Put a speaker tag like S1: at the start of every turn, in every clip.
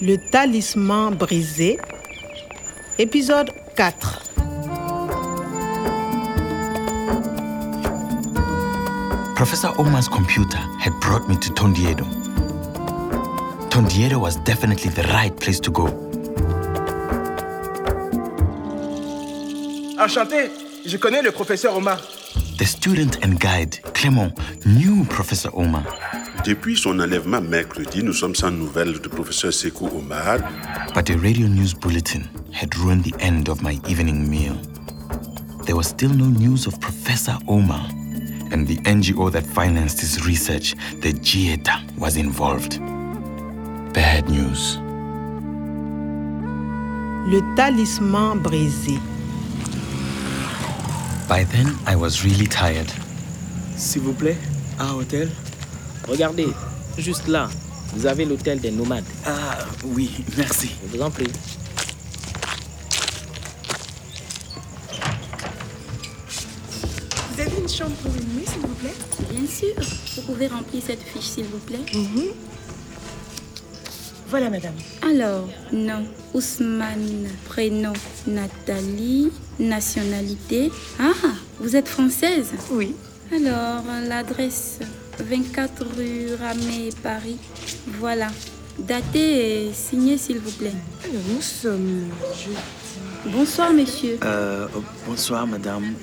S1: Le talisman brisé, épisode 4.
S2: Professor Omar's computer had brought me to Tondiedo. Tondiedo was definitely the right place to go.
S3: Enchanté, je connais le professeur Omar.
S2: The student and guide, Clement, knew Professor Omar.
S4: Depuis son enlèvement mercredi, nous sommes sans nouvelles du professeur Sekou Omar.
S2: But a radio news bulletin had ruined the end of my evening meal. There was still no news of Professor Omar, and the NGO that financed his research, the GIETA, was involved. Bad news.
S1: Le talisman brisé.
S2: By then, I was really tired.
S5: S'il vous plaît, un hôtel
S6: Regardez, juste là, vous avez l'hôtel des nomades.
S5: Ah oui, merci.
S6: Je vous en prie.
S7: Vous avez une chambre pour une nuit, s'il vous plaît
S8: Bien sûr, vous pouvez remplir cette fiche, s'il vous plaît.
S7: Mhm. Voilà, madame.
S8: Alors, nom, Ousmane, prénom, Nathalie, nationalité. Ah, vous êtes française
S7: Oui.
S8: Alors, l'adresse 24 rue Ramée, Paris. Voilà. Datez et signez, s'il vous plaît.
S7: Alors, nous sommes jeudi.
S8: Bonsoir, monsieur.
S5: Euh, bonsoir, madame.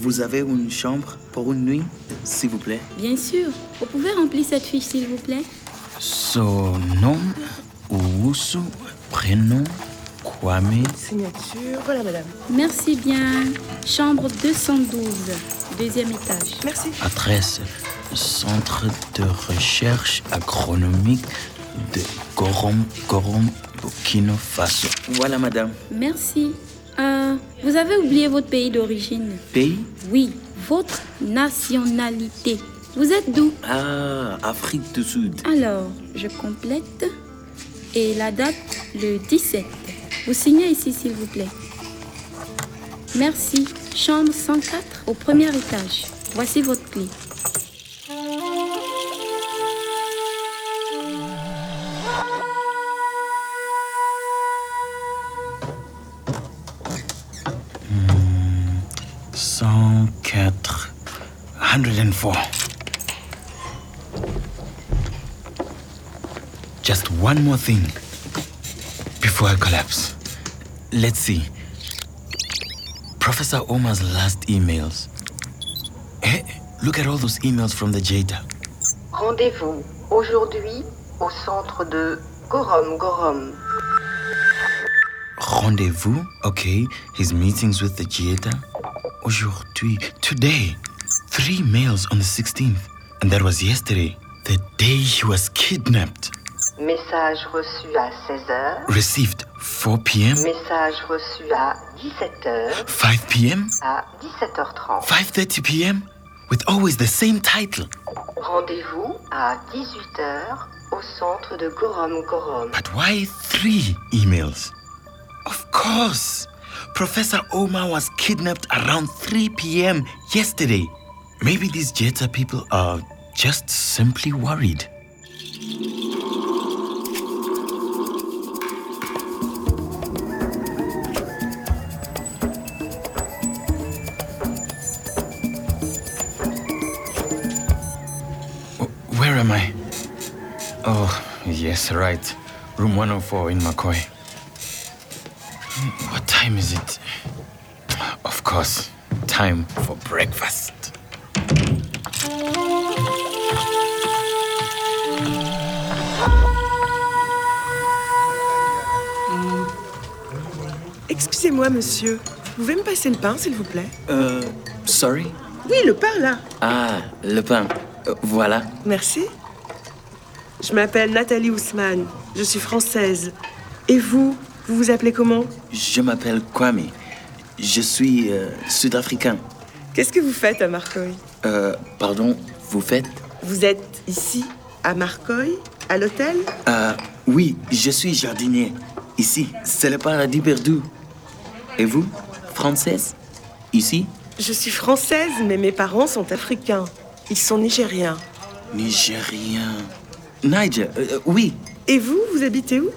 S5: Vous avez une chambre pour une nuit, s'il vous plaît
S8: Bien sûr, vous pouvez remplir cette fiche, s'il vous plaît.
S2: So, nom, Uwusu, prénom, Kwame,
S7: Signature. Voilà, madame.
S8: Merci bien. Chambre 212, deuxième étage.
S7: Merci.
S2: adresse, centre de recherche agronomique de Gorom, Gorom, Burkina Faso.
S5: Voilà, madame.
S8: Merci. Euh, vous avez oublié votre pays d'origine.
S5: Pays
S8: Oui, votre nationalité. Vous êtes d'où
S5: Ah, Afrique du Sud.
S8: Alors, je complète. Et la date, le 17. Vous signez ici, s'il vous plaît. Merci. Chambre 104 au premier étage. Voici votre clé.
S2: Cent quatre, 104. Just one more thing before I collapse. Let's see. Professor Omar's last emails. Eh, look at all those emails from the Jada.
S9: Rendez-vous aujourd'hui au centre de Gorom Gorom.
S2: Rendezvous, okay. His meetings with the Jada. Aujourd'hui, today. Three mails on the 16th. And that was yesterday, the day he was kidnapped.
S9: Message reçu à 16h.
S2: Received 4 p.m.
S9: Message reçu à 17h
S2: 5 p.m.,
S9: à 17h30.
S2: 5:30 p.m. with always the same title.
S9: Rendez-vous à 18h au centre de Gorom Gorom.
S2: But why three emails? Of course. Professor Omar was kidnapped around 3 p.m. yesterday. Maybe these Jetta people are just simply worried. Wh- Where am I? Oh, yes, right. Room 104 in Makoy. Hmm, What time is it? Of course, time for breakfast.
S7: Excusez-moi, monsieur. Vous pouvez me passer le pain, s'il vous plaît
S5: Euh, sorry
S7: Oui, le pain, là.
S5: Ah, le pain. Euh, voilà.
S7: Merci. Je m'appelle Nathalie Ousmane. Je suis française. Et vous Vous vous appelez comment
S5: Je m'appelle Kwame. Je suis euh, sud-africain.
S7: Qu'est-ce que vous faites à Marcoy
S5: Euh, pardon, vous faites
S7: Vous êtes ici, à Marcoy, à l'hôtel
S5: Ah, oui, je suis jardinier. Ici, c'est le paradis perdu. Et vous, française Ici
S7: Je suis française, mais mes parents sont africains. Ils sont nigériens.
S5: Nigérien. Niger, euh, euh, oui.
S7: Et vous, vous habitez où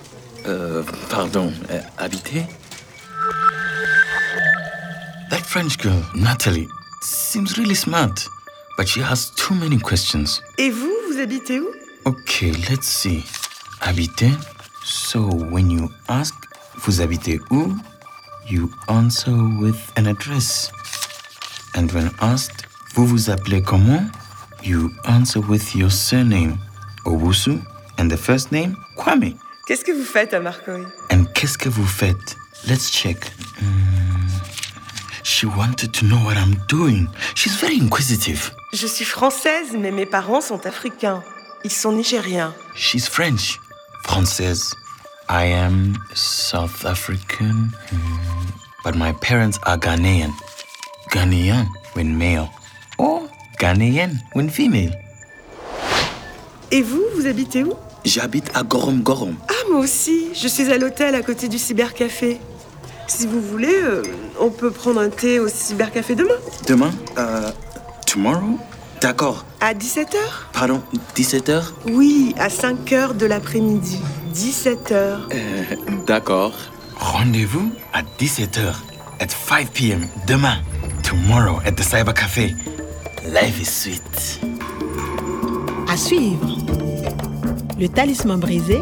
S5: Euh, pardon, euh, habiter
S2: That French girl, Natalie, seems really smart, but she has too many questions.
S7: Et vous, vous habitez où
S2: Okay, let's see. Habiter. So when you ask, vous habitez où? You answer with an address. And when asked, vous vous appelez comment? You answer with your surname, Obusu, and the first name, Kwame.
S7: Qu'est-ce que vous faites à Marcoy
S2: And qu'est-ce que vous faites? Let's check. Hmm. She wanted to know what I'm doing. She's very inquisitive.
S7: Je suis française, mais mes parents sont africains. Ils sont nigériens.
S2: She's French. Française. I am South African. Hmm. But my parents are Ghanaian. Ghanaian when male. Or Ghanaian when female.
S7: Et vous, vous habitez où
S5: J'habite à Gorom Gorom.
S7: Ah, moi aussi. Je suis à l'hôtel à côté du cybercafé. Si vous voulez, euh, on peut prendre un thé au cybercafé demain,
S5: Demain euh, Tomorrow D'accord.
S7: à 17h.
S5: Pardon, 17h
S7: Oui, à 5h de l'après-midi. 17h.
S5: D'accord.
S2: Rendez-vous at 17h. At 5 p.m. Demain. Tomorrow at the Cyber Cafe. Life is sweet.
S1: À suivre. Le Talisman brisé,